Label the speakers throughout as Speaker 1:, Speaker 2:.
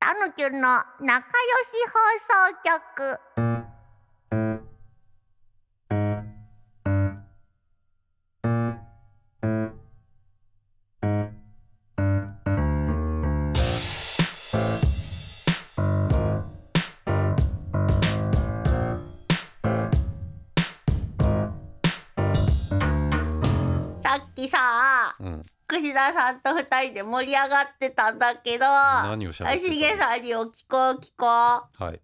Speaker 1: タヌキュンの仲良し放送局さっきさ
Speaker 2: うん、
Speaker 1: 串田さんと二人で盛り上がってたんだけど
Speaker 2: 何を喋ってた
Speaker 1: しげさんにお聞こう聞こう
Speaker 2: はい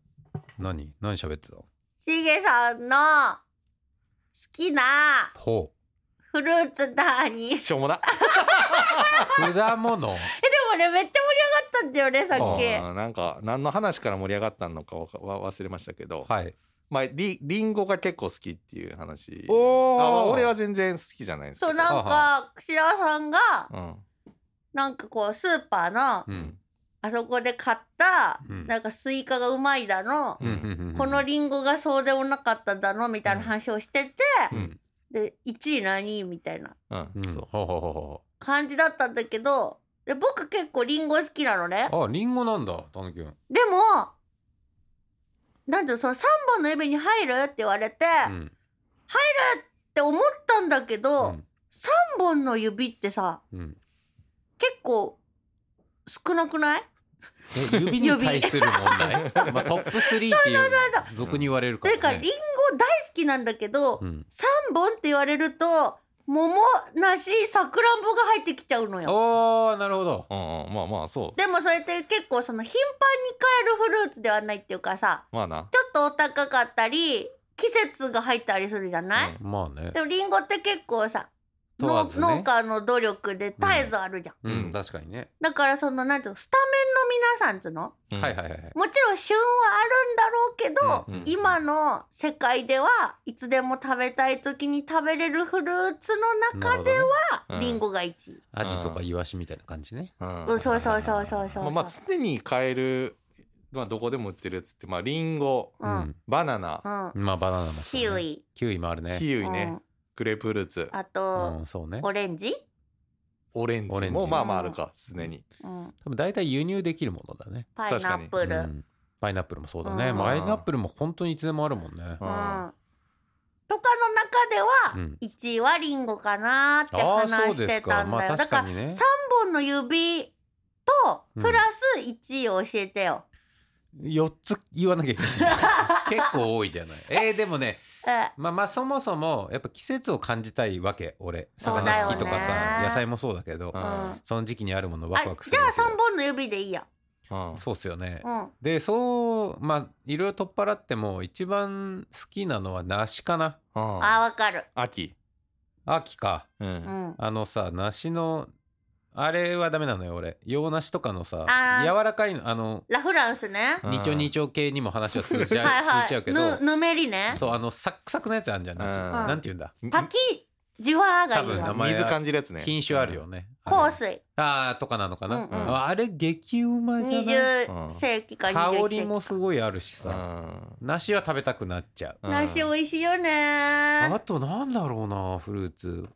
Speaker 2: 何何喋ってた
Speaker 1: しげさんの好きな
Speaker 2: ほ
Speaker 1: フルーツって何 えで
Speaker 3: しょうもな。
Speaker 2: う果物
Speaker 1: もねめっちゃ盛り上がったんだよねさっ
Speaker 3: うんなんか何の話から盛り上がったのかわかわ忘れましたけど、
Speaker 2: はい
Speaker 3: まあリリンゴが結構好きっていう話。
Speaker 2: おー
Speaker 3: あまあ俺は全然好きじゃないんで
Speaker 1: き
Speaker 3: すけ
Speaker 1: そう
Speaker 3: ど。
Speaker 1: なんか串田さんが
Speaker 3: うん。
Speaker 1: なんかこうスーパーの
Speaker 2: うん
Speaker 1: あそこで買った
Speaker 2: うん
Speaker 1: なんかスイカがうまいだの、
Speaker 2: うんうんうんうん
Speaker 1: このリンゴがそうでもなかっただのみたいな話をしてて、
Speaker 2: うん
Speaker 1: で1位何みたいな
Speaker 3: うん。
Speaker 2: うん
Speaker 3: そう。
Speaker 2: ほうほうほうほ
Speaker 1: 感じだったんだけどで僕結構リンゴ好きなのね
Speaker 2: うあリンゴなんだたぬきゅん
Speaker 1: でもなんていうのその3本の指に入るって言われて、
Speaker 2: う
Speaker 1: っ
Speaker 2: ん
Speaker 1: て思ったんだけど、
Speaker 2: うん
Speaker 1: 3本の指ってさ
Speaker 2: うん
Speaker 1: 結構少なくない
Speaker 2: え指に対する問題まあトップ3っていう俗に言われるか
Speaker 1: だからら
Speaker 2: ね
Speaker 1: リンゴ大好きなんだけど、
Speaker 2: うん
Speaker 1: 3本って言われると桃梨さくらんぼが入ってきちゃうのよ。
Speaker 2: おーなるほど
Speaker 3: うんうんまあまあそう。
Speaker 1: でもそれって結構その頻繁に買えるフルーツではないっていうかさ
Speaker 3: まあな。
Speaker 1: ちょっとお高かったり季節が入ったりするじゃない、
Speaker 2: まあね
Speaker 1: でもリンゴって結構さ、
Speaker 2: 問
Speaker 1: 農
Speaker 2: わずね
Speaker 1: 農家の努力で絶えずあるじゃん、
Speaker 2: う
Speaker 3: うんん
Speaker 2: 確かにね
Speaker 1: だからそのなんていうのスタメンの皆さんっつうの
Speaker 3: うん
Speaker 2: はいはいはいはい
Speaker 1: もちろん旬はあるんだろうけど、
Speaker 3: うんうん
Speaker 1: 今の世界ではいつでも食べたい時に食べれるフルーツの
Speaker 2: なる
Speaker 1: 中
Speaker 2: ほど
Speaker 1: で
Speaker 2: ね
Speaker 1: はリンゴが1位、
Speaker 2: アジとかイワシみたいな感じね
Speaker 3: うん
Speaker 1: う
Speaker 3: ま
Speaker 1: んそうそうそうそうそうそう、
Speaker 3: あまあ常に買える、まあどこでも売ってるやつってまあリンゴ、
Speaker 1: う
Speaker 2: うんん
Speaker 3: バナナ、
Speaker 1: うん、
Speaker 2: まあバナナもそう
Speaker 1: キ
Speaker 2: ね
Speaker 1: ウイ、
Speaker 2: キウイもあるね
Speaker 3: キウイ
Speaker 1: う
Speaker 3: ね
Speaker 1: ん、
Speaker 3: グレープフルーツ、
Speaker 1: あと
Speaker 2: う、んそうね
Speaker 1: オレンジ、
Speaker 3: オレン
Speaker 2: オレ
Speaker 3: ジ
Speaker 2: ンジ
Speaker 3: もまあまああるか常に。
Speaker 1: うん、
Speaker 2: 多分大体輸入できるものだね
Speaker 1: パイナップル、う
Speaker 2: うんんパイナップルもそうだね、
Speaker 1: うん
Speaker 2: まあパイナップルも本当にいつでもあるもんね、
Speaker 3: うん
Speaker 1: とかの中では、
Speaker 2: うん
Speaker 1: 1位はリンゴかなーって
Speaker 2: ああそ
Speaker 1: 話
Speaker 2: う
Speaker 1: し
Speaker 2: で
Speaker 1: て
Speaker 2: す
Speaker 1: た
Speaker 2: か
Speaker 1: んだよ、
Speaker 2: まあ
Speaker 1: だ
Speaker 2: 確
Speaker 1: か
Speaker 2: からにね
Speaker 1: 3本の指と
Speaker 2: うん
Speaker 1: プラス1位を教えてよ、
Speaker 2: 4つ言わなきゃいけない 結構多いじゃないえーでもね
Speaker 1: え
Speaker 2: まあまあそもそもやっぱ季節を感じたいわけ俺
Speaker 1: そう
Speaker 3: だ
Speaker 2: 魚
Speaker 3: よ
Speaker 2: 好
Speaker 3: ね
Speaker 2: きとかさ野菜もそうだけど
Speaker 3: うん
Speaker 1: うん
Speaker 2: その時期にあるもの
Speaker 1: あ
Speaker 2: ワク
Speaker 1: じゃ
Speaker 2: ワクするけど
Speaker 1: あ3本の指でいいや
Speaker 3: うん
Speaker 2: そうっすよね、
Speaker 1: うん
Speaker 2: でそうまあいろいろ取っ払っても一番好きなのは梨かな
Speaker 3: うん
Speaker 1: あわかる
Speaker 3: 秋。
Speaker 2: 秋か
Speaker 3: う
Speaker 1: うんん
Speaker 2: あのさ梨のあれはダメなのよ俺洋梨とかのさ
Speaker 1: あー
Speaker 2: 柔らかいのあの
Speaker 1: ラフランスね
Speaker 3: うん
Speaker 2: 二丁二丁系にも話は通じ
Speaker 1: は
Speaker 2: ゃ
Speaker 1: い
Speaker 2: 通じちゃ
Speaker 1: は
Speaker 2: うけ
Speaker 1: い
Speaker 2: ど
Speaker 1: ぬぬめりね
Speaker 2: そうあのサックサクのやつあるんじゃない、
Speaker 3: うん
Speaker 2: なんて言うんだ
Speaker 1: パキじわーがいい
Speaker 2: 多分名
Speaker 1: わ
Speaker 2: 前
Speaker 3: 水感じるやつね
Speaker 2: 品種あるよね、
Speaker 1: 香水
Speaker 2: あーとかなのかな、
Speaker 1: うんうん
Speaker 2: あれ激うまいじゃない
Speaker 1: 20世紀か
Speaker 2: 香
Speaker 1: 21世紀
Speaker 2: りもすごいあるしさ、梨は食べたくなっちゃう、
Speaker 3: うん
Speaker 1: 梨美味しいよね
Speaker 2: あとなんだろうなフルーツ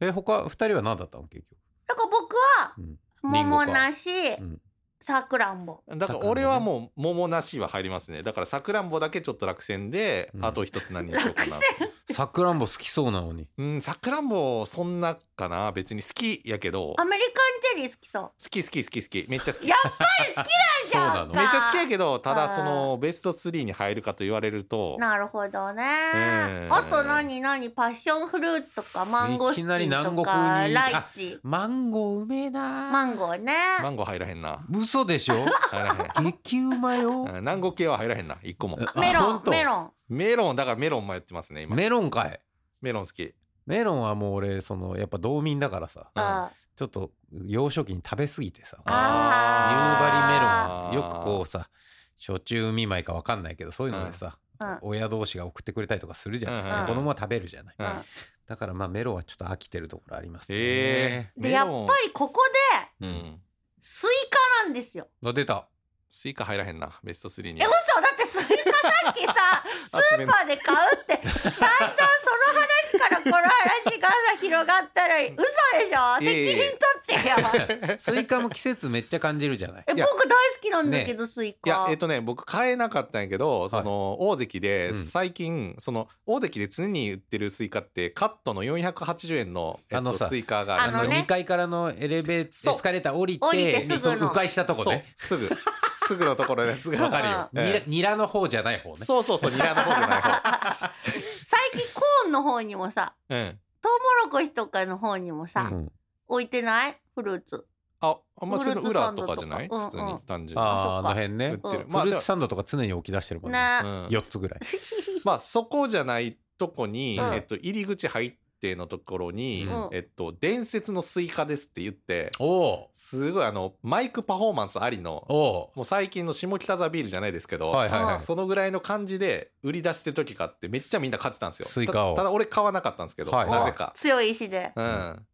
Speaker 2: え他二人は何だったの結局
Speaker 1: だから僕は
Speaker 2: うん
Speaker 1: 桃なし
Speaker 2: うん
Speaker 1: さくらんぼ
Speaker 3: だから俺はもう桃なしは入りますねだからさくらんぼだけちょっと落選で、
Speaker 2: うん
Speaker 3: あと一つ何にしようかな
Speaker 1: 落
Speaker 2: さくらんぼ好きそうなのに
Speaker 3: うんさくらんぼそんなかな別に好きやけど
Speaker 1: ア
Speaker 3: 好
Speaker 1: メリカンチェリー好きそう
Speaker 3: き好き好き好きめっちゃ好き
Speaker 1: やっぱり好きなんじゃんか
Speaker 2: そうなの
Speaker 3: めっちゃ好きやけどた
Speaker 1: あ
Speaker 3: だ
Speaker 1: ー
Speaker 3: そのベスト3に入るかと言われると
Speaker 1: なるほどね、
Speaker 3: ええ
Speaker 1: あと何何パッションフルーツとかマンゴスチン
Speaker 2: いきなり
Speaker 1: と
Speaker 2: 南国
Speaker 1: か
Speaker 2: に
Speaker 1: ライチ
Speaker 2: マンゴーうめえな、
Speaker 1: マンゴーね
Speaker 3: マンゴー入らへんな
Speaker 2: 嘘で しょ
Speaker 3: 入らへ
Speaker 2: 激うまよ
Speaker 3: んうん南国系は入らへんな一個も
Speaker 2: あ
Speaker 1: メロ
Speaker 2: ほ
Speaker 1: ン
Speaker 2: んと
Speaker 1: メロン
Speaker 3: メロンだからメロン迷ってますね今
Speaker 2: メロンかい
Speaker 3: メロン好き
Speaker 2: メロンはもう俺そのやっぱ道民だからさ
Speaker 3: うん
Speaker 1: あ
Speaker 2: ちょっと幼少期に食べ過ぎてさ夕
Speaker 1: あ
Speaker 2: 張メロンよくこうさ焼酎見舞いかわかんないけどそういうのでさ、
Speaker 1: うんうん
Speaker 2: 親同士が送ってくれたりとかするじゃない、
Speaker 3: うん
Speaker 1: うんうん
Speaker 2: 子供は食べるじゃない、
Speaker 3: うん
Speaker 2: だからまあメロンはちょっと飽きてるところありますね
Speaker 3: えー、
Speaker 1: で
Speaker 3: メ
Speaker 1: やっ
Speaker 3: ロン
Speaker 1: ぱりここで
Speaker 3: うん
Speaker 1: スイカなんですよ
Speaker 2: あ出た
Speaker 3: スイカ入らへんなベスト3に
Speaker 1: え
Speaker 3: は
Speaker 1: 嘘だってスイカさっ きさス
Speaker 3: 集め
Speaker 1: ー
Speaker 3: な
Speaker 1: パーで買うって散々その話からこの話がさ広がったのに嘘でしょ
Speaker 3: い えいえ
Speaker 1: 責任取ってよ
Speaker 2: スイカも季節めっちゃ感じるじゃない
Speaker 1: え
Speaker 3: いや
Speaker 1: 僕大好きなんだけど、スイ
Speaker 3: いや
Speaker 1: カ
Speaker 3: えっとね僕買えなかったんやけどその大関
Speaker 2: う
Speaker 3: で
Speaker 2: ん
Speaker 3: 最近その大関で常に売ってるスイカってカットの480円のえっ
Speaker 2: あの
Speaker 3: と
Speaker 2: さ
Speaker 3: スイカが
Speaker 2: あ
Speaker 1: あ
Speaker 2: の
Speaker 1: のね
Speaker 2: 2階からのエレベータ
Speaker 3: そ
Speaker 2: ー
Speaker 3: う
Speaker 2: エスカレーター降りて
Speaker 1: 降りてすぐの
Speaker 2: その迂回したとこ
Speaker 3: そう
Speaker 2: ね
Speaker 3: すぐすぐのところのやつが
Speaker 2: わかるよ
Speaker 3: ええ
Speaker 2: ニラニラの方じゃない方ね
Speaker 3: そうそうそうニラの方じゃな い方
Speaker 1: 最近コーンの方にもさ
Speaker 3: うん
Speaker 1: トウモロコシとかの方にもさ、
Speaker 2: うん
Speaker 1: 置いてないフルーツ
Speaker 3: ああんまそれの
Speaker 1: フルーツサ
Speaker 3: 裏
Speaker 1: ンド
Speaker 3: と
Speaker 1: とか
Speaker 3: かじゃない
Speaker 1: うんうん
Speaker 3: 普通に単純に
Speaker 2: あああ
Speaker 1: そ
Speaker 2: の
Speaker 1: っか
Speaker 2: 辺ね
Speaker 3: 売ってる
Speaker 1: うん
Speaker 3: まあ
Speaker 2: フルー
Speaker 3: でも
Speaker 2: ツサンドとか常に置き出してるもん ね
Speaker 1: ね、
Speaker 3: うん
Speaker 2: 4つぐらい
Speaker 3: まあそこじゃないとこに
Speaker 1: うん
Speaker 3: えっと入り口入ってのところに
Speaker 2: うん
Speaker 3: えっと伝説のスイカですって言って
Speaker 2: おお
Speaker 3: すごいあのマイクパフォーマンスありの
Speaker 2: おお
Speaker 3: もう最近の下北沢ビールじゃないですけど、
Speaker 2: おはいはいは
Speaker 1: う
Speaker 2: い
Speaker 1: ん
Speaker 3: そのぐらいの感じで売り出してる時があってめっちゃみんな買ってたんですよ
Speaker 2: スイカを
Speaker 3: たただ俺買わなかったんですけど、
Speaker 2: はい
Speaker 3: なぜか、
Speaker 1: 強い石で
Speaker 3: うん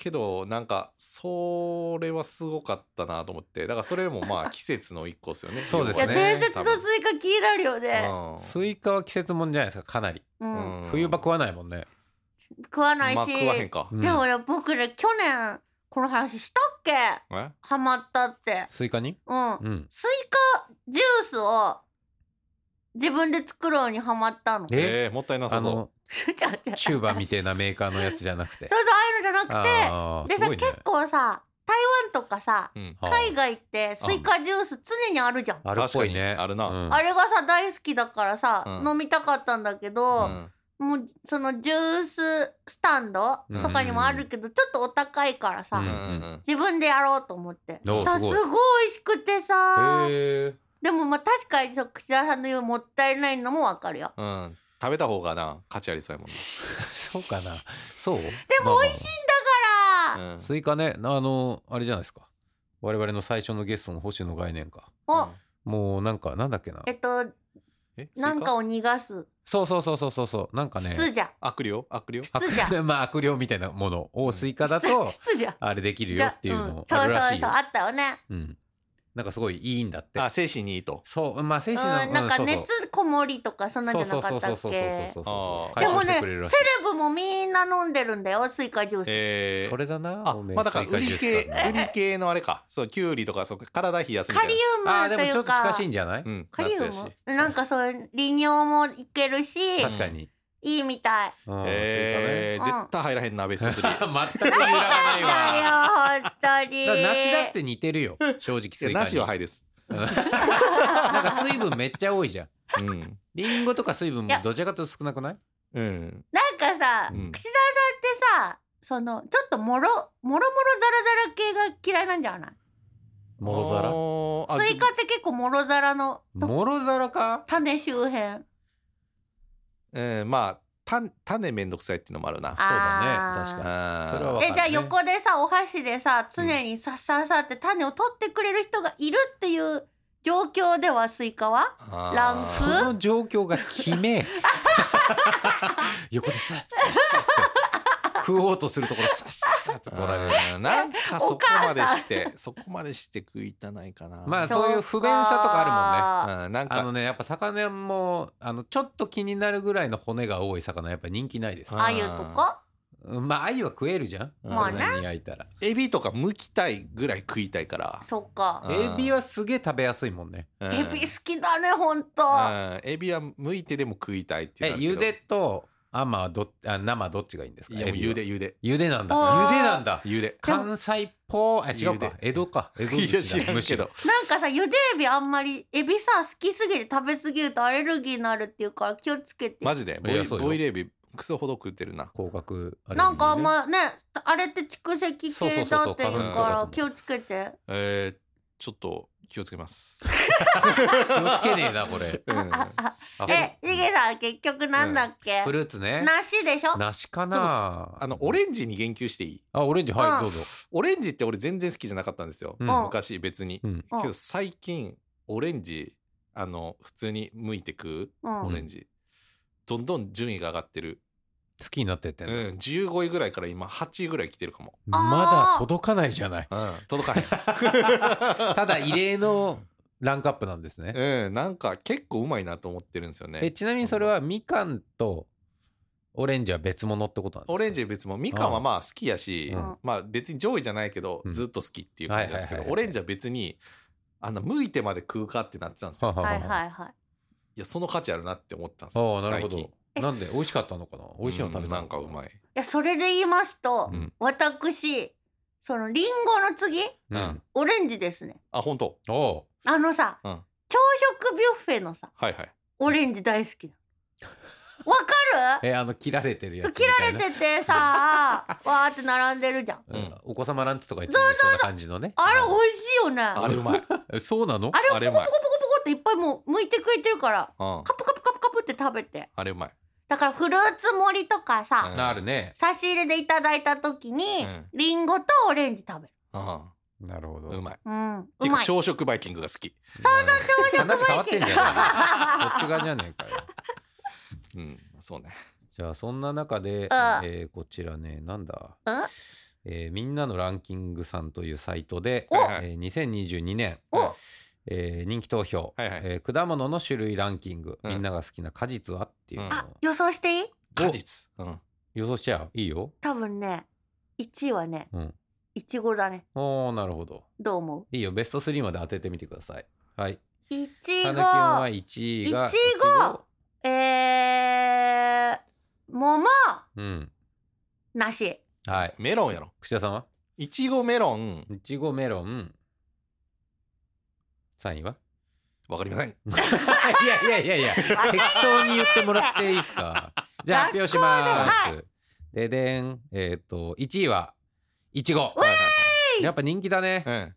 Speaker 3: けどなんかそれはすごかったなと思ってだからそれもまあ季節の一個ですよね
Speaker 2: そうで
Speaker 1: い
Speaker 2: す
Speaker 1: や
Speaker 2: ね
Speaker 1: 伝説のスイカ気になるよね、
Speaker 2: スイカは季節もんじゃないですかかなり
Speaker 1: うん
Speaker 2: 冬場食わないもんね
Speaker 1: 食わないし、
Speaker 3: まあ、食わへんか、
Speaker 2: うん
Speaker 1: でもね僕ね去年この話したっけ
Speaker 3: え
Speaker 1: ハマったって
Speaker 2: スイカに
Speaker 1: うん、
Speaker 2: うん
Speaker 1: スイカジュースを自分で作ろうにハマったの じゃ
Speaker 2: え
Speaker 3: えーもったいな
Speaker 2: あ
Speaker 3: さそう
Speaker 2: の
Speaker 1: あじゃあ
Speaker 2: チューバみてえなメーカーのやつじゃなく て
Speaker 1: そうそうああいうのじゃなく
Speaker 2: ああ
Speaker 1: て
Speaker 2: す
Speaker 1: でさ、
Speaker 2: ごいね
Speaker 1: 結構さ台湾とかさ
Speaker 3: うん
Speaker 2: ああ
Speaker 1: 海外ってスイカジュース常にあるじゃんあ
Speaker 2: あるっぽいね
Speaker 3: 確かにあるな
Speaker 2: うん
Speaker 1: れがさ大好きだからさ、
Speaker 3: うん
Speaker 1: 飲みたかったんだけ
Speaker 3: う
Speaker 1: ど、
Speaker 3: ん
Speaker 1: もうそのジューススタンドとかにもあるけど、ちょっとお高いからさ、
Speaker 2: う
Speaker 3: うん
Speaker 2: ん
Speaker 3: うん
Speaker 1: 自分でやろうと思って
Speaker 2: お
Speaker 1: だ
Speaker 2: すごい
Speaker 1: すごい美味しくてさ
Speaker 3: へ
Speaker 1: でもまあ確かにそう串田さんの言うもったいないのもわかるよ
Speaker 3: ーうん食べた方がな価値ありそうやもん
Speaker 2: そうかなそうで
Speaker 1: も美味しいあら、
Speaker 3: ね、うん
Speaker 2: スイカねあのあれじゃないですか我々の最初のゲストの星野概念か
Speaker 1: お
Speaker 2: もうなんかなんだっけな
Speaker 1: えっと
Speaker 3: えスイカ
Speaker 1: なんかを逃がす
Speaker 2: そうそうそうそうそうそうなんかね
Speaker 1: 質じゃ
Speaker 3: 悪霊悪霊
Speaker 1: 質じゃ
Speaker 2: 悪まあ悪霊みたいなものをスイカだと
Speaker 1: 質質じゃ
Speaker 2: あれできる
Speaker 1: じ
Speaker 2: よ
Speaker 1: ゃ
Speaker 2: っていう
Speaker 1: うん
Speaker 2: の
Speaker 1: そう
Speaker 2: あ
Speaker 1: そ
Speaker 2: る
Speaker 1: う
Speaker 2: ら
Speaker 1: そ
Speaker 2: し
Speaker 1: う
Speaker 2: いよ
Speaker 1: あったよね
Speaker 2: うんなんかすごいいいんだって
Speaker 3: あ精神にいいと
Speaker 2: そうまあ精
Speaker 1: うん
Speaker 2: 神の
Speaker 1: なんか
Speaker 2: うそう
Speaker 1: 熱こもりとかそんなんじ
Speaker 2: そ
Speaker 1: ゃ
Speaker 2: うそ
Speaker 1: な
Speaker 2: う
Speaker 1: か
Speaker 2: そ
Speaker 1: っ
Speaker 2: うそ
Speaker 1: た
Speaker 2: う
Speaker 1: っ
Speaker 2: そうそうそう
Speaker 1: け
Speaker 2: そうそ
Speaker 3: あー
Speaker 2: う
Speaker 1: で
Speaker 2: 解
Speaker 1: もねセ
Speaker 2: 消してくれる
Speaker 1: レ
Speaker 2: らしい
Speaker 1: ブもみんな飲んでるんだよスイカジュース、
Speaker 3: えー
Speaker 2: それだな
Speaker 3: あ
Speaker 2: おめえ
Speaker 3: まあだから
Speaker 2: スイカ
Speaker 3: 売
Speaker 2: ジュー
Speaker 3: り
Speaker 2: ス
Speaker 3: 系
Speaker 2: だな
Speaker 3: 売り系のあれかそうキュウリとかそう体冷やすみ
Speaker 1: カ
Speaker 3: た
Speaker 1: リ
Speaker 3: い
Speaker 2: あ
Speaker 1: ウム
Speaker 2: ーで
Speaker 1: と
Speaker 2: も
Speaker 1: い
Speaker 2: ちょ
Speaker 1: う
Speaker 2: っと近
Speaker 1: か
Speaker 2: しいんじゃない
Speaker 3: な、うん、
Speaker 1: カリウ
Speaker 3: 夏やし
Speaker 1: ムなんかそういう利尿もいけるし
Speaker 3: ん
Speaker 2: 確かに
Speaker 1: いいみたい
Speaker 2: うん
Speaker 3: えー、
Speaker 1: うん
Speaker 3: 絶対入らへんなベス ト
Speaker 2: スイカね
Speaker 3: 3
Speaker 2: 全く揺らがないわ
Speaker 1: だよ本当に
Speaker 2: だから梨だって似てるよ正直スイカ
Speaker 3: い
Speaker 2: に
Speaker 3: やなしは入るです、
Speaker 2: なんか水分めっちゃ多いじゃん。
Speaker 3: うん
Speaker 2: リンゴとか水分
Speaker 1: いや
Speaker 2: もどちらかというと少なくない？
Speaker 3: うん、
Speaker 1: なんかさ、
Speaker 3: うん
Speaker 1: 串田さんってさそのちょっともろもろもろザラザラ系が嫌いなんじゃない
Speaker 2: もろざら。
Speaker 3: あーあ
Speaker 1: スイカって結構もろザラのと
Speaker 2: もろざらか？
Speaker 1: 種周辺あ
Speaker 3: うんまあた種めんどくさいっていうのもあるな
Speaker 2: あ
Speaker 1: あ
Speaker 2: そうだね確か
Speaker 3: あ
Speaker 2: それはわ
Speaker 1: ーえじゃあ
Speaker 2: ね
Speaker 1: 横でさお箸でさ常にさっさっさって種を取ってくれる人がいるっていう状況ではスイカは
Speaker 3: あー
Speaker 1: ラン
Speaker 2: そ
Speaker 1: ク
Speaker 2: の状況が決め。 横です。食おうとするところさっさっさっと取られる。
Speaker 3: うんなんかそこまでしてそこまでして食いたないかな
Speaker 2: まあそういう不便さとか
Speaker 1: あるもんね
Speaker 3: うん、なん
Speaker 2: あ
Speaker 3: か
Speaker 2: のねやっぱ魚もあのちょっと気になるぐらいの骨が多い魚やっぱ人気ないです。
Speaker 3: あ
Speaker 1: あゆとか
Speaker 2: うんまあ鮎は食えるじゃん。
Speaker 3: まあ
Speaker 1: ね
Speaker 2: そんなに焼いたら。
Speaker 3: エビとか剥きたいぐらい食いたいから
Speaker 1: そっか
Speaker 3: うん
Speaker 2: エビはすげえ食べやすいもんね。
Speaker 3: うん
Speaker 1: エビ好きだねほんと
Speaker 3: うんエビは剥いてでも食いたいって
Speaker 2: え
Speaker 3: いうのあるけ
Speaker 2: 茹
Speaker 3: ど
Speaker 2: でと生どっあ生どっちがいいんですか？
Speaker 3: いやもう
Speaker 2: エビは
Speaker 3: 茹で茹で
Speaker 2: 茹でなんだ。
Speaker 1: あー
Speaker 2: 茹でなんだ。
Speaker 3: 茹で
Speaker 2: 関西っぽい。あ、違う
Speaker 3: 茹
Speaker 2: か
Speaker 3: で。
Speaker 2: 江戸か。江戸
Speaker 3: い
Speaker 2: 寿
Speaker 3: や知
Speaker 2: 司だ
Speaker 3: らんけど。
Speaker 1: なんかさゆでエビあんまりエビさ好きすぎて食べすぎるとアレルギーになるっていうから気をつけて
Speaker 3: マジでボ
Speaker 2: い
Speaker 3: イ
Speaker 2: やそうよ
Speaker 3: ボイルエビクソほど食ってるな
Speaker 2: 広角あれ
Speaker 1: なんかあんまねあれって蓄積
Speaker 2: そうそ
Speaker 1: 系
Speaker 2: うそう
Speaker 1: だ
Speaker 2: そう
Speaker 1: っていう
Speaker 3: 花粉と
Speaker 1: か
Speaker 3: から
Speaker 2: も
Speaker 1: 気をつけて
Speaker 3: えー、ちょっと気をつけます、
Speaker 2: 気をつけねえな、これ。
Speaker 3: うん、
Speaker 1: ああ
Speaker 2: あ
Speaker 1: えしげさん結局なんだっけ
Speaker 2: フルーツね。
Speaker 1: 梨でしょ
Speaker 2: 梨か
Speaker 3: ちょっと
Speaker 2: な。
Speaker 3: あのオレンジに言及していい
Speaker 2: あ、オレンジ、
Speaker 1: うん
Speaker 2: はい、どうぞ。
Speaker 3: オレンジって俺全然好きじゃなかったんですよ、
Speaker 2: うん
Speaker 3: 昔別に、
Speaker 2: うん
Speaker 1: うん
Speaker 3: けど最近オレンジあの普通に剥いて食
Speaker 1: う
Speaker 3: うオ
Speaker 1: ん
Speaker 3: レンジ、どんどん順位が上がってる、
Speaker 2: 好きになってって
Speaker 3: うん
Speaker 2: んだ。、
Speaker 3: 15位ぐらいから今8位ぐらい来てるかも、
Speaker 1: あー
Speaker 2: まだ届かないじゃない。
Speaker 3: うん、届かへん
Speaker 2: ただ、異例のランクアップなんですね。
Speaker 3: うん、なんか結構うまいなと思ってるんですよ
Speaker 2: え
Speaker 3: ね。
Speaker 2: ちなみにそれはみかんとオレンジは別物ってことなんですか
Speaker 3: オレンジは別もみかんはまあ好きやし、
Speaker 2: うん
Speaker 3: まあ別に上位じゃないけど
Speaker 2: うん
Speaker 3: ずっと好きっていう感じなんですけど、
Speaker 2: はいはいは
Speaker 3: オ
Speaker 2: いはい
Speaker 3: レンジは別にあの剥いてまで食うかってなってたんですよ。
Speaker 2: はあはあ
Speaker 1: はい
Speaker 2: はあ
Speaker 1: はいはい。
Speaker 3: いやその価値あるなって思ったんです
Speaker 2: あ
Speaker 3: よ。
Speaker 2: あなるほ
Speaker 3: 最近
Speaker 2: ど。なんで美味しかったのかな美味しいの食べた
Speaker 3: うん
Speaker 2: の
Speaker 3: なんかうまい。
Speaker 1: いやそれで言いますと、
Speaker 3: うん
Speaker 1: 私そのリンゴの次
Speaker 2: うん
Speaker 3: う
Speaker 2: うんん
Speaker 1: オレンジですね
Speaker 3: あ本当。
Speaker 2: おう
Speaker 1: あのさ、
Speaker 3: うん
Speaker 1: 朝食ビュッフェのさ
Speaker 3: はいはい。
Speaker 1: オレンジ大好きなのわかる
Speaker 2: えあの切られてるやつみ
Speaker 1: 切
Speaker 2: た
Speaker 1: ら
Speaker 2: い
Speaker 1: れ
Speaker 2: な
Speaker 1: ててさわーって並んでるじゃん
Speaker 3: て
Speaker 2: うんお子様ランチとかいつもそんな感じのね
Speaker 1: あれ美味しいよね
Speaker 3: あれうまい。
Speaker 2: えそうなの
Speaker 1: あれをポコ
Speaker 3: あれ
Speaker 1: ポ
Speaker 3: う
Speaker 1: コ
Speaker 3: まい
Speaker 1: ポコポコっていっぱいもう剥いてくれてるから
Speaker 3: うん。
Speaker 1: カプカプカプカプって食べて
Speaker 3: あれうまい。
Speaker 1: だからフルーツ盛りとかさ、
Speaker 3: うん
Speaker 2: なるね
Speaker 1: 差し入れでいただいた時に、
Speaker 3: うん
Speaker 1: リンゴとオレンジ食べる
Speaker 3: う
Speaker 2: なるほど
Speaker 3: ん。うまい。
Speaker 1: うんう
Speaker 3: 結構
Speaker 1: まい
Speaker 3: 朝食バイキングが好き。
Speaker 2: 話変わってんじゃねえかそっち側じゃねえかよ
Speaker 3: うん。そうね。
Speaker 2: じゃあそんな中で、えーこちらねなんだ
Speaker 1: うん、
Speaker 2: えーみんなのランキングさんというサイトで、
Speaker 1: お
Speaker 3: はいはい
Speaker 2: えー2022年、
Speaker 1: お
Speaker 2: えー人気投票、
Speaker 3: はいはい
Speaker 2: えー果物の種類ランキング、
Speaker 3: うん
Speaker 2: みんなが好きな果実はっていうのを
Speaker 1: あ予想していい
Speaker 3: 果実。うん。
Speaker 2: 予想しちゃういいよ、
Speaker 1: 多分ね1位はね
Speaker 2: うん、
Speaker 1: いちごだね
Speaker 2: おーなるほど
Speaker 1: どう思
Speaker 2: いいよベスト3まで当ててみてくださいはいう
Speaker 1: いち
Speaker 2: たぬきん
Speaker 1: ご
Speaker 2: は1位が
Speaker 1: いちごえー、桃
Speaker 2: ごうん
Speaker 1: 梨
Speaker 2: はい
Speaker 3: メロンやろ。
Speaker 2: 櫛田さんはい
Speaker 3: ちごメロン。
Speaker 2: いちごメロン3位は
Speaker 3: わかりません。
Speaker 2: いやいやいやいや適当に言ってもらっていいで すかじゃあ発表します、ででんえっ、と1位はいちごやっぱ人気だね
Speaker 3: うん。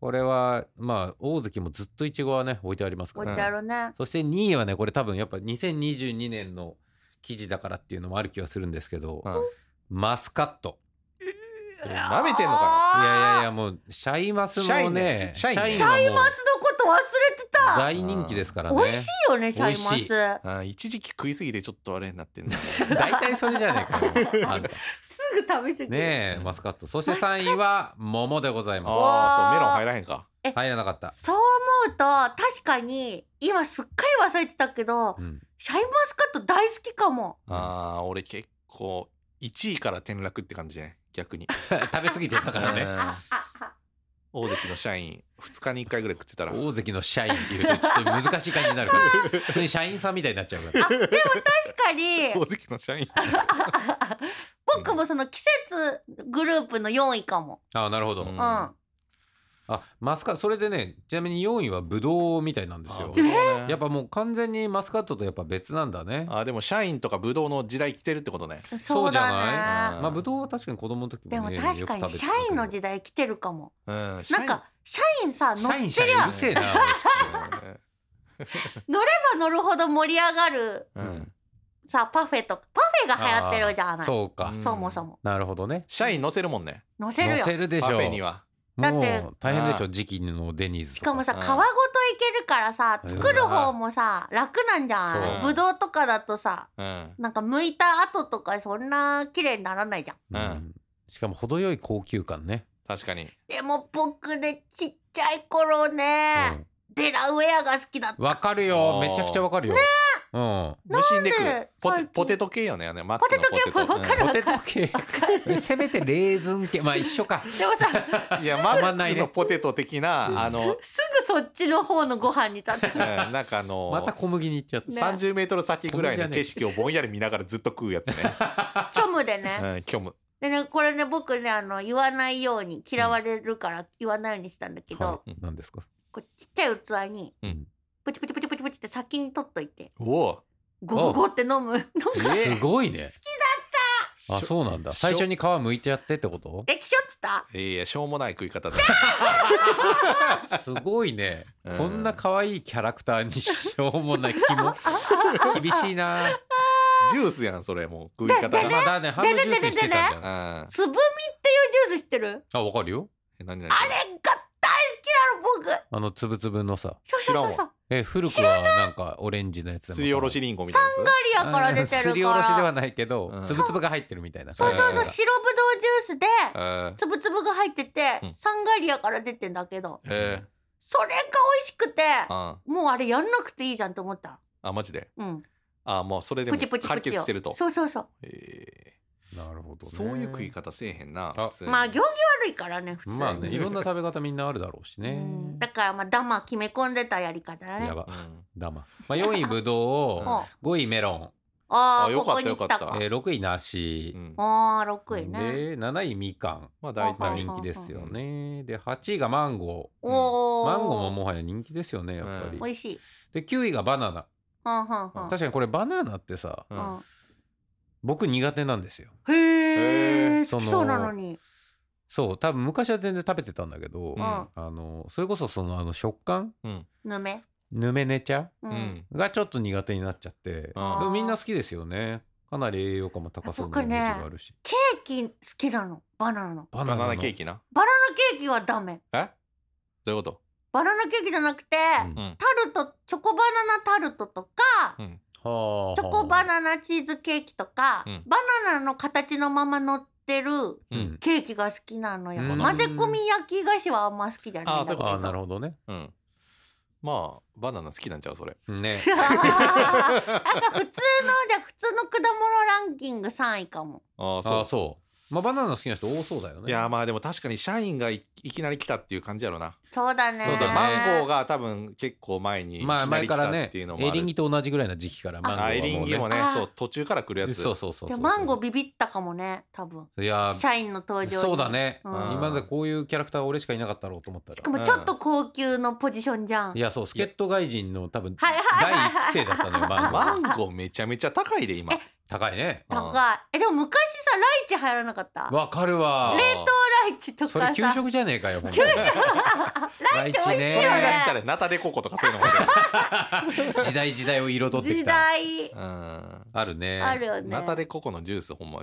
Speaker 2: これはまあ大関もずっといちごはね置いてありますか
Speaker 1: 置
Speaker 2: ら、
Speaker 1: いてあるね、
Speaker 2: そして2位はねこれ多分やっぱ2022年の記事だからっていうのもある気はするんですけど、
Speaker 3: うん
Speaker 2: マスカット
Speaker 3: 舐めてんのか
Speaker 2: いやいや
Speaker 1: あ
Speaker 2: いやもうシャインマスもね
Speaker 3: シャインね
Speaker 2: ン
Speaker 3: シ
Speaker 2: はもう
Speaker 1: シャインマスのこと忘れてた
Speaker 2: 大人気ですからね
Speaker 1: 美味しいよねシャインマ
Speaker 2: 美味しい
Speaker 1: ス
Speaker 3: な。あー一時期食いすぎてちょっとあれになってんね。
Speaker 2: 大体それじゃねえ かあんた
Speaker 1: すぐ食べ過ぎる
Speaker 2: ねえマスカットそして3位は桃でございま
Speaker 3: ああ、そ
Speaker 1: う
Speaker 3: う、
Speaker 1: わー
Speaker 3: メロン入らへんか。
Speaker 2: す入らなかった、
Speaker 1: そう思うと確かに今すっかり忘れてたけど
Speaker 2: うん、
Speaker 1: シャインマスカット大好きかも
Speaker 3: ああ、俺結構、1位から転落って感じね。逆に。
Speaker 2: 食べ過ぎてたから
Speaker 3: う
Speaker 2: ね
Speaker 3: ん大関の社員、2日に1回ぐらい食ってたら。
Speaker 2: 大関の社員っていうとちょっと難しい感じになるから普通に社員さんみたいになっちゃう から
Speaker 1: 確かに
Speaker 3: 大関の社員。
Speaker 1: 僕もその季節グループの4位かも。
Speaker 2: ああなるほど、
Speaker 3: うん
Speaker 1: うん。あ
Speaker 2: あマスカそれでねちなみに4位はブドウみたいなんですよ
Speaker 3: え
Speaker 2: やっぱもう完全にマスカットとやっぱ別なんだね
Speaker 3: あーでも社員とかブドウの時代来てるってことね。
Speaker 1: そうだね
Speaker 3: あー
Speaker 2: まあブドウは確かに子供の時
Speaker 1: で
Speaker 2: も
Speaker 1: も
Speaker 2: ね
Speaker 1: 確か
Speaker 2: よ
Speaker 1: に
Speaker 2: く食べて
Speaker 1: 社
Speaker 2: たけど
Speaker 1: 員の時代来てるかも。
Speaker 3: うん。社
Speaker 1: な
Speaker 3: 員
Speaker 1: んか社員さ乗っ
Speaker 2: 社員
Speaker 1: て
Speaker 2: 社
Speaker 1: り
Speaker 2: 員う
Speaker 1: ゃ
Speaker 2: るせえな
Speaker 1: 乗れば乗るほど盛り上がる
Speaker 3: うんうん
Speaker 1: さパフェとかパフェが流行ってるじゃ
Speaker 2: あー
Speaker 1: ない。
Speaker 2: そうか
Speaker 1: そもそも
Speaker 2: なるほどね
Speaker 3: 社員乗せるもんね。
Speaker 1: 乗せる
Speaker 2: 載
Speaker 1: よ。
Speaker 2: せるでし
Speaker 3: パ
Speaker 2: ょ
Speaker 3: フェには。
Speaker 1: だっ
Speaker 2: も
Speaker 1: て
Speaker 2: う大変でし
Speaker 3: あ
Speaker 2: ょ時期のデニーズ
Speaker 1: し
Speaker 2: と
Speaker 1: かもさ
Speaker 3: うん
Speaker 1: 皮ごといけるからさ作る方もさ楽なんじゃない
Speaker 3: そう
Speaker 1: ぶどうとかだとさ
Speaker 3: うん。
Speaker 1: なんか剥いた後とかそんな綺麗にならないじゃん。
Speaker 2: う
Speaker 3: うん
Speaker 2: んしかも程よい高級感ね
Speaker 3: 確かに。
Speaker 1: でも僕ねちっちゃい頃ね、
Speaker 2: うん
Speaker 1: デラウェアが好きだった。
Speaker 2: わかる
Speaker 3: あ
Speaker 2: よ
Speaker 3: ー
Speaker 2: めちゃくちゃわかるようん
Speaker 3: 無心で食う。ポ
Speaker 1: 最
Speaker 3: テ
Speaker 1: 近
Speaker 3: ポテト系よね。あのマックの
Speaker 1: ポテト系
Speaker 3: ポ
Speaker 1: わ
Speaker 3: テ
Speaker 1: かる
Speaker 3: ト
Speaker 2: ポテト 系 せめてレーズン系まあ一緒 か
Speaker 1: でもさ
Speaker 3: うん。いや、マ
Speaker 2: たまんな
Speaker 3: ッ
Speaker 2: い
Speaker 3: ク
Speaker 2: ね
Speaker 3: のポテト的な、あの、
Speaker 1: すすぐそっちの方のご飯に立っ
Speaker 3: うん
Speaker 1: て
Speaker 3: なんかあの、
Speaker 2: また小麦に行っちゃ った
Speaker 1: ね
Speaker 3: 30メートル先ぐらいの景色をぼんやり見ながらずっと食うやつね。
Speaker 1: 虚無で
Speaker 3: う
Speaker 1: ね
Speaker 3: ん、虚無。
Speaker 1: でねこれね僕ねあの言わないように嫌われるから言わないようにしたんだけど、
Speaker 2: は
Speaker 3: うん
Speaker 2: い何ですか
Speaker 1: こうちっちゃい器に
Speaker 3: うん
Speaker 1: プチプチプチプチプチって先に取っといて
Speaker 3: おお。
Speaker 1: ゴゴゴ って飲むなんか
Speaker 2: す
Speaker 3: え
Speaker 2: ごいねあ
Speaker 3: う。
Speaker 2: そうなんだ
Speaker 3: しょ
Speaker 2: 最初に皮むいてやってって こと
Speaker 1: 液晶っつった
Speaker 3: いや、しょうもない 食い方だ。
Speaker 2: すごいね
Speaker 3: うん
Speaker 2: こんな可愛いキャラクターにしょうもない肝 厳しいな
Speaker 3: ジュースやん、それもう食い方
Speaker 1: で
Speaker 2: ま
Speaker 1: で
Speaker 3: が。
Speaker 2: あだねハムジュースにしてたん
Speaker 3: うん。
Speaker 2: じゃん
Speaker 3: え
Speaker 1: つぶみっていうジュース知ってる
Speaker 2: あわかるよ
Speaker 3: 何々
Speaker 1: あれが大好きなの僕
Speaker 2: あのつぶつぶのさ
Speaker 1: そうそうそう
Speaker 3: 知ら
Speaker 1: そ
Speaker 3: ん
Speaker 1: う
Speaker 2: え古くはなんかオレンジのやつでもさ
Speaker 3: すりおろしりんごみたいなや
Speaker 1: イタリアから出てるから
Speaker 2: すりおろしではないけど、
Speaker 3: うん
Speaker 2: つぶつぶが入ってるみたいな
Speaker 1: そうそう
Speaker 3: はいは
Speaker 1: そ
Speaker 3: いは
Speaker 1: う白ぶどう
Speaker 3: い
Speaker 1: ジュースで
Speaker 3: つ。うん
Speaker 1: つぶつぶが入ってて、
Speaker 3: うん
Speaker 1: サンガリアから出てんだけど
Speaker 3: え
Speaker 1: それが美味しくて
Speaker 3: あ
Speaker 1: もうあれやんなくていいじゃんと思った。
Speaker 3: あマジで
Speaker 1: うん。
Speaker 3: あもうそれでも
Speaker 1: プチプチプ
Speaker 3: 解
Speaker 1: チ
Speaker 3: 決
Speaker 1: よ
Speaker 3: してると
Speaker 1: そうそうそ
Speaker 3: え
Speaker 2: なるほ
Speaker 3: ー
Speaker 2: どね
Speaker 3: そういう食い方せえへんな
Speaker 2: あ
Speaker 3: 普通
Speaker 1: う。
Speaker 3: に
Speaker 1: まあ行儀悪いからね普通に。
Speaker 2: まあねいろんな食べ方みんなあるだろうし
Speaker 1: う
Speaker 2: ね
Speaker 1: んだからまあダマ決め込んでたやり方だね。
Speaker 2: やば
Speaker 3: うん
Speaker 2: だま、まあ、4位ぶど
Speaker 1: う
Speaker 2: うん
Speaker 3: あ
Speaker 1: あ
Speaker 2: 5位メロ
Speaker 1: あ
Speaker 3: あよ
Speaker 1: こ
Speaker 3: か
Speaker 1: こ
Speaker 3: った
Speaker 1: に
Speaker 3: よか
Speaker 1: 来
Speaker 3: ったた
Speaker 2: ン、
Speaker 1: か
Speaker 2: え。ー、6位梨
Speaker 3: う、ん
Speaker 1: ああ六位ね。
Speaker 2: で7位みかん、
Speaker 3: まあ大
Speaker 2: まあ、
Speaker 1: はい
Speaker 3: 体
Speaker 2: 人気ですよねで8位がマンゴー
Speaker 1: おお。
Speaker 2: マンゴーももはや人気ですよねやっぱり、
Speaker 3: うん
Speaker 1: 美味しい。
Speaker 2: で9位がバナナ
Speaker 1: はんはんはん。
Speaker 2: 確かにこれバナナってさ
Speaker 3: う
Speaker 1: うんん
Speaker 2: 僕苦手なんですよ
Speaker 1: へえ
Speaker 3: へ
Speaker 1: 好きそうなのに。
Speaker 2: そう多分昔は全然食べてたんだけど、
Speaker 3: うん
Speaker 2: あのそれこそそのあの食感
Speaker 1: ぬめ。
Speaker 2: ぬめねちゃ
Speaker 1: う。
Speaker 3: うんん
Speaker 2: がちょっと苦手になっちゃって、
Speaker 3: あ
Speaker 2: でもみんな好きですよねかなり栄養価も高そうなイメージがあるし、
Speaker 1: ケーキ好きなのバナナの。
Speaker 2: バ
Speaker 3: バナ
Speaker 2: の
Speaker 3: ナケーキな
Speaker 1: バナナケーキはダメ。
Speaker 3: えどういうこと
Speaker 1: バナナケーキじゃなくて、
Speaker 2: うん
Speaker 3: うん
Speaker 1: タルトチョコバナナタルトとか、
Speaker 3: うん
Speaker 2: はあ
Speaker 1: チョコバナナチーズケーキとか、
Speaker 3: うん
Speaker 1: バナナの形のまま乗ってる
Speaker 2: う
Speaker 3: うん
Speaker 2: ん
Speaker 1: ケーキが好きなのよ。
Speaker 2: うん
Speaker 1: 混ぜ込み焼き菓子はあんま好きじゃない。
Speaker 3: あそういう
Speaker 2: あ
Speaker 3: こと
Speaker 2: あなるほどね
Speaker 3: うんまあバナナ好きなんちゃうそれ
Speaker 2: ね
Speaker 1: なんか普通のじゃあ普通の果物ランキング3位かも。
Speaker 3: ああ
Speaker 2: あ
Speaker 3: そ
Speaker 2: あそうまあバナナ好きな人多そうだよ
Speaker 3: う
Speaker 2: ね
Speaker 3: いやまあでも確かに社員がいいきなり来たっていう感じやろな
Speaker 1: そうだね。
Speaker 2: そうだね
Speaker 3: マンゴーが多分結構前にいき
Speaker 2: まあ
Speaker 3: な
Speaker 2: 前
Speaker 3: り来
Speaker 2: から
Speaker 3: た
Speaker 2: ね
Speaker 3: っていうのもあ
Speaker 2: エ
Speaker 3: る
Speaker 2: リンギと同じぐらいの時期からマンゴーはもう、
Speaker 3: あ
Speaker 2: ね、
Speaker 3: エリンギもね
Speaker 1: あー
Speaker 3: そう途中から来るやつ
Speaker 2: そうそうそう
Speaker 1: で
Speaker 2: そう
Speaker 1: マンゴービビったかもね多分
Speaker 2: いやー
Speaker 1: 社員の登場に
Speaker 2: そうだね、
Speaker 1: うん
Speaker 2: 今までこういうキャラクター俺しかいなかったろうと思った
Speaker 1: しからもちょっと高級のポジションじゃん
Speaker 2: いやそう助っ人外人の多分
Speaker 1: はいはいはい
Speaker 2: 第
Speaker 1: はい
Speaker 2: 一世だったのよマンゴ
Speaker 3: マ
Speaker 2: ー
Speaker 3: ンゴーめちゃめちゃ高いで今
Speaker 2: 高いね
Speaker 1: 高いえでも昔さライチ流行らなかった
Speaker 2: わかるわ
Speaker 1: 冷凍ライチとか
Speaker 2: それ
Speaker 1: さ
Speaker 2: 給食じゃねえかよほんとにライ
Speaker 1: 美味し
Speaker 2: チ
Speaker 1: い
Speaker 3: それ
Speaker 1: よね
Speaker 3: が出したらナタデココとかそういうのも出てくる
Speaker 2: 時代時代を彩ってき
Speaker 1: 時
Speaker 2: た
Speaker 1: 代
Speaker 3: うん
Speaker 2: あるね
Speaker 1: あるよね
Speaker 3: ナタデココのジュースほんま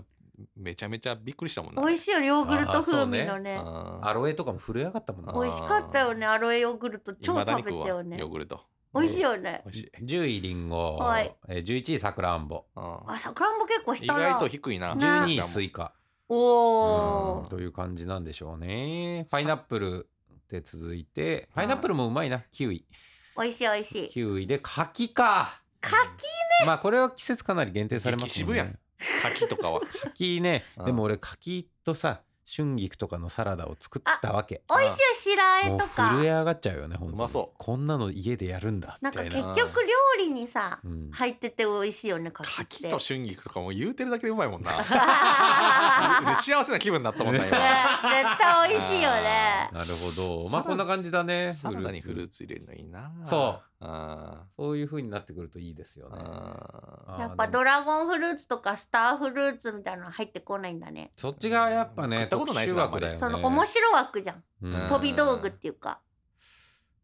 Speaker 3: めちゃめちゃびっくりしたもんな
Speaker 1: 美味しいよねヨーグルト風味のね
Speaker 3: うん
Speaker 2: アロエとかも震え上がったもんな
Speaker 3: あー
Speaker 1: 美味しかったよねアロエヨーグルト超
Speaker 3: 未だ
Speaker 1: 食
Speaker 3: に
Speaker 1: べ
Speaker 3: 食う
Speaker 1: た
Speaker 3: わ
Speaker 1: よね
Speaker 3: ヨーグルト
Speaker 1: 美味しいよね
Speaker 3: 美味しい
Speaker 2: 10位りんご、
Speaker 1: はい
Speaker 2: えー11位さくらんぼ
Speaker 3: うん
Speaker 1: あさくらんぼ結構し
Speaker 3: 意
Speaker 1: たな
Speaker 3: 外と低いな
Speaker 1: ね
Speaker 2: 12位スイカ
Speaker 1: お
Speaker 3: うん
Speaker 1: ー
Speaker 2: という感じなんでしょうねパイナップルで続いてパイナップルもうまいな9位
Speaker 1: 美味しい美味しい
Speaker 2: 9位で柿か
Speaker 1: 柿
Speaker 2: まあこれは季節かなり限定されますもん
Speaker 3: 激渋や
Speaker 2: ね
Speaker 3: ん柿 とかは
Speaker 2: 柿ね
Speaker 3: うん
Speaker 2: でも俺柿とさ春菊とかのサラダを作ったわけ
Speaker 1: 美味しいよ白あえ
Speaker 2: もう
Speaker 1: と
Speaker 2: 震え
Speaker 1: か
Speaker 2: 上がっちゃうよね本当に
Speaker 3: うまそう
Speaker 2: こんなの家でやるんだ
Speaker 1: な
Speaker 2: み
Speaker 1: んか
Speaker 2: たい
Speaker 1: 結
Speaker 2: な
Speaker 3: な
Speaker 1: 局料理にさ
Speaker 2: うん
Speaker 1: 入ってて美味しいよね柿って
Speaker 3: 柿 と春菊とかもう言うてるだけでうまいもんな
Speaker 1: ね
Speaker 3: 幸せな気分になったもんな
Speaker 1: 絶
Speaker 3: 今
Speaker 1: 対美味しいよね。
Speaker 2: なるほど
Speaker 3: サラ
Speaker 2: まあこんな感じだね
Speaker 3: サラダにフルー
Speaker 2: ツ
Speaker 3: ツ入れるのいいな
Speaker 2: そう
Speaker 3: あ
Speaker 2: そういう風になってくるといいですよ
Speaker 3: ー
Speaker 2: ね
Speaker 3: あ
Speaker 2: あー
Speaker 1: やっぱ
Speaker 2: でも
Speaker 1: ドラゴンフルーツとかスターフルーツみたいなの入ってこないんだね。
Speaker 2: そっちがやっぱ
Speaker 3: 食
Speaker 2: ね
Speaker 3: ったことないし
Speaker 2: 特殊枠だよね
Speaker 1: その面白枠じゃん。
Speaker 2: うん
Speaker 3: うん
Speaker 1: 飛び道具っていうか。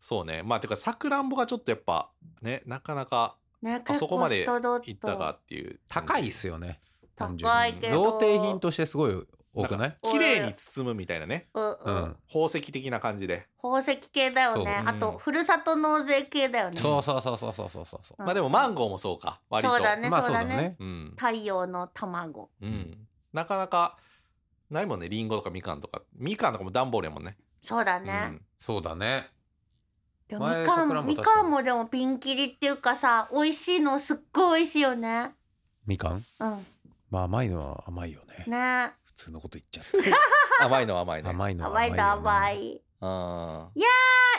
Speaker 3: そうねまあてかさくらんぼがちょっとやっぱねなかなか
Speaker 1: ね、
Speaker 3: あそこまで
Speaker 1: 結構ストドッと
Speaker 3: いったかっていう
Speaker 2: 高いっすよね単純に
Speaker 1: 高いけど。
Speaker 2: 贈呈品としてすごい多くない
Speaker 3: 綺麗に包むみたいなね
Speaker 1: う
Speaker 2: うん
Speaker 1: うんん。
Speaker 3: 宝石的な感じで、
Speaker 1: 宝石系だよね。
Speaker 3: そう
Speaker 1: あと、ふるさと納税系だよね。
Speaker 2: そうそうそうそうそうそうそう
Speaker 1: うん
Speaker 3: まあでもマンゴーもそうか割と
Speaker 1: そうだね、
Speaker 2: まあ
Speaker 1: そ
Speaker 2: そうう
Speaker 1: だ
Speaker 2: だ
Speaker 1: ね。
Speaker 2: ね
Speaker 3: うん、
Speaker 1: 太陽の卵。
Speaker 3: うん、なかなかないもんねリンゴとかみかんとかみかんとかも段ボールやもんね
Speaker 1: そうだね。
Speaker 2: そうだね
Speaker 1: でも
Speaker 2: 前
Speaker 1: みか
Speaker 2: 桜
Speaker 1: ん、
Speaker 2: も
Speaker 1: み
Speaker 2: 確かに
Speaker 1: かんもでもピンキリっていうかさ、美味しいのすっごい美味しいよね。
Speaker 2: みかん
Speaker 1: うん。
Speaker 2: まあ甘いのは甘いよね
Speaker 1: ね。
Speaker 2: 普通のこと言っちゃ
Speaker 3: うん甘いのは甘いうね
Speaker 2: 甘いのは
Speaker 1: 甘いだ甘
Speaker 2: よね
Speaker 1: い。
Speaker 3: あ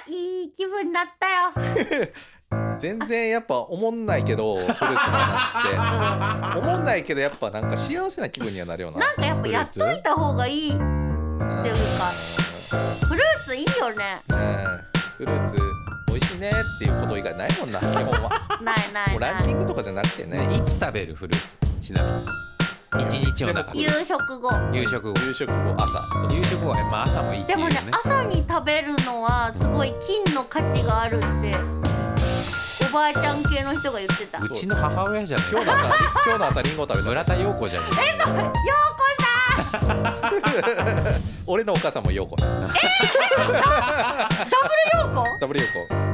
Speaker 1: いい気分になったよ。
Speaker 3: ー全然やっぱ思んない けどフルーツの話って思んないけどやっぱなんか幸せな気分にはなるよな
Speaker 1: なんかやっぱやっといた方がいいフていうかルーツいいよね。
Speaker 3: うんうんフルーツ美味しいねっていうこと以外ない もんな基本は
Speaker 1: ないな
Speaker 3: も
Speaker 1: いう
Speaker 3: ラ
Speaker 1: な
Speaker 3: ンキ
Speaker 1: い。
Speaker 3: ングとかじゃなくてね
Speaker 2: ねいつ食べるフルーツちなみに一日の中で
Speaker 1: 夕食後。
Speaker 2: 夕食後
Speaker 3: 夕食後朝
Speaker 2: 夕食後はまあ朝もいいってい
Speaker 1: で
Speaker 2: う
Speaker 1: も
Speaker 2: よ
Speaker 1: ね
Speaker 2: ね
Speaker 1: 朝に食べるのはすごい金の価値があるっておばあちゃん系の人が言ってた。
Speaker 2: う
Speaker 1: ようこ
Speaker 2: ちの母親じゃね
Speaker 3: 今 日の朝今日の朝リンゴ食べた
Speaker 2: 村田陽子じゃね
Speaker 3: 俺のお母さんもようこさん
Speaker 1: さんダブルようこ
Speaker 3: ダブルようこ